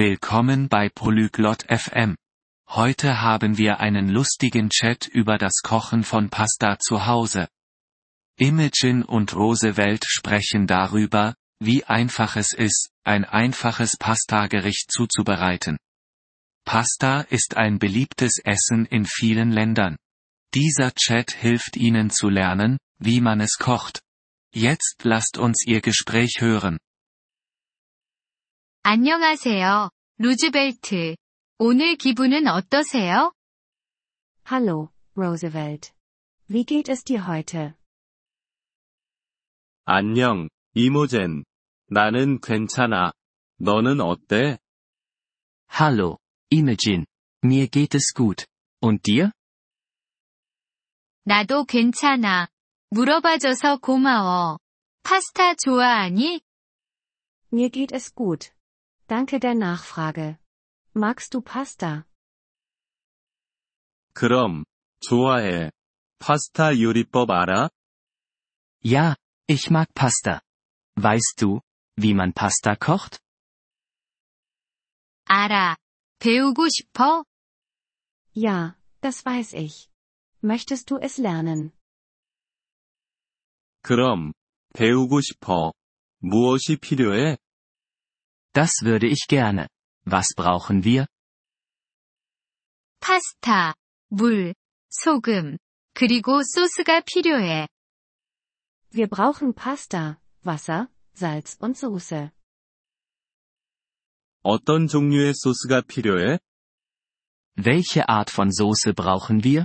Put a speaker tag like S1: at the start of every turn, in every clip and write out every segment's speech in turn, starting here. S1: Willkommen bei Polyglot FM. Heute haben wir einen lustigen Chat über das Kochen von Pasta zu Hause. Imogen und Roosevelt sprechen darüber, wie einfach es ist, ein einfaches Pastagericht zuzubereiten. Pasta ist ein beliebtes Essen in vielen Ländern. Dieser Chat hilft Ihnen zu lernen, wie man es kocht. Jetzt lasst uns Ihr Gespräch hören.
S2: 안녕하세요, 루즈벨트. 오늘 기분은 어떠세요?
S3: Hallo, Roosevelt. Wie geht es dir heute?
S4: 안녕, 이모젠. 나는 괜찮아. 너는 어때?
S5: Hallo, Imogen. Mir geht es gut. Und dir?
S2: 나도 괜찮아. 물어봐줘서 고마워. 파스타 좋아하니?
S3: Mir geht es gut. Danke der Nachfrage. Magst du Pasta?
S4: 그럼, 좋아해. 파스타 요리법 알아?
S5: Ja, ich mag Pasta. Weißt du, wie man Pasta kocht?
S2: 알아. 배우고 싶어?
S3: Ja, das weiß ich. Möchtest du es lernen?
S4: 그럼, 배우고 싶어. 무엇이 필요해?
S5: Das würde ich gerne. Was brauchen wir?
S2: 파스타, 물, 소금, 그리고 소스가 필요해.
S3: Wir brauchen Pasta, Wasser, Salz und Soße.
S4: 어떤 종류의 소스가 필요해?
S5: Welche Art von Soße brauchen wir?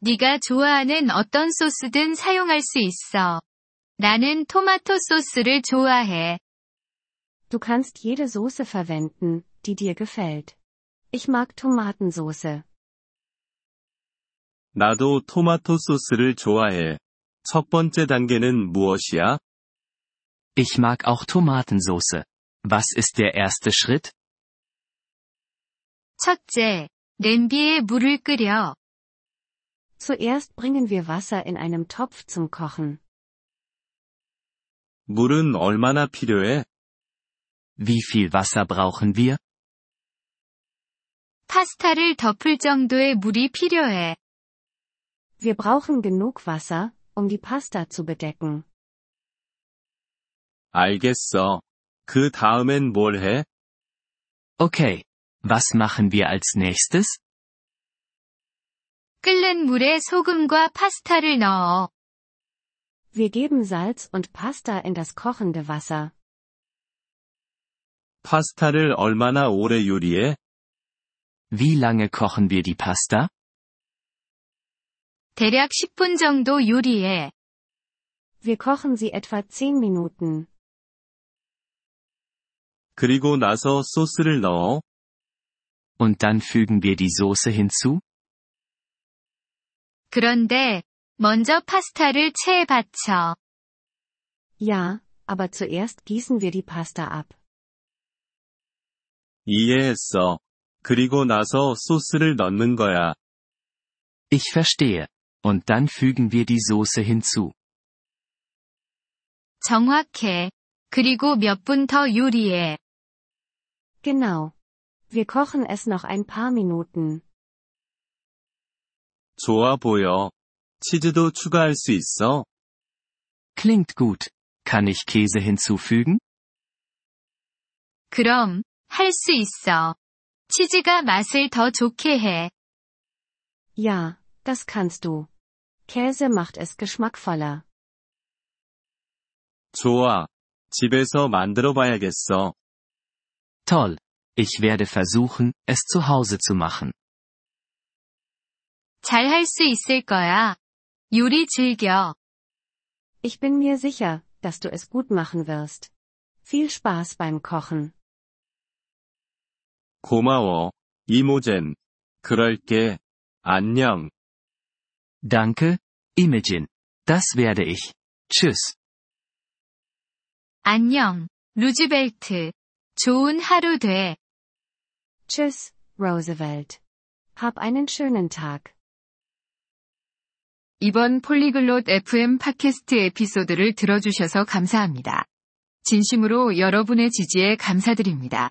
S2: 네가 좋아하는 어떤 소스든 사용할 수 있어. 나는 토마토 소스를 좋아해.
S3: Du kannst jede Soße verwenden, die dir gefällt. Ich mag Tomatensoße.
S4: 나도 토마토 소스를 좋아해. 첫 번째 단계는 무엇이야?
S5: Ich mag auch Tomatensoße. Was ist der erste Schritt?
S2: 첫째, 냄비에 물을 끓여.
S3: Zuerst bringen wir Wasser in einem Topf zum Kochen.
S4: 물은 얼마나 필요해?
S5: Wie viel Wasser brauchen wir?
S2: 파스타를 덮을 정도의 물이 필요해.
S3: Wir brauchen genug Wasser, um die Pasta zu bedecken.
S4: 알겠어. 그 다음엔 뭘 해?
S5: Okay. Was machen wir als nächstes?
S2: 끓는 물에 소금과 파스타를 넣어.
S3: Wir geben Salz und Pasta in das kochende Wasser.
S4: 파스타를 얼마나 오래 요리해?
S5: Wie lange kochen wir die Pasta?
S2: 대략 10분 정도 요리해.
S3: Wir kochen sie etwa 10 Minuten.
S4: 그리고 나서 소스를 넣어.
S5: Und dann fügen wir die Soße hinzu?
S2: 그런데 먼저 파스타를 체에 받쳐.
S3: Ja, aber zuerst gießen wir die Pasta ab.
S4: 이해했어. 그리고 나서 소스를 넣는 거야.
S5: Ich verstehe. Und dann fügen wir die Soße hinzu.
S2: 정확해. 그리고 몇 분 더 요리해.
S3: Genau. Wir kochen es noch ein paar Minuten.
S4: 좋아 보여. 치즈도 추가할 수 있어?
S5: Klingt gut. Kann ich Käse hinzufügen?
S2: 그럼 할 수 있어. 치즈가 맛을 더 좋게 해.
S3: Ja, das kannst du. Käse macht es geschmackvoller.
S4: 좋아. 집에서 만들어 봐야겠어.
S5: Toll. Ich werde versuchen, es zu Hause zu machen.
S2: 잘 할 수 있을 거야. 요리 즐겨.
S3: Ich bin mir sicher, dass du es gut machen wirst. Viel Spaß beim Kochen.
S4: 고마워. 이모젠. 그럴게. 안녕.
S5: Danke, Imogen. Das werde ich. Tschüss.
S2: 안녕, 루즈벨트. 좋은 하루 돼.
S3: Tschüss, Roosevelt. Hab einen schönen Tag.
S2: 이번 폴리글롯 FM 팟캐스트 에피소드를 들어주셔서 감사합니다. 진심으로 여러분의 지지에 감사드립니다.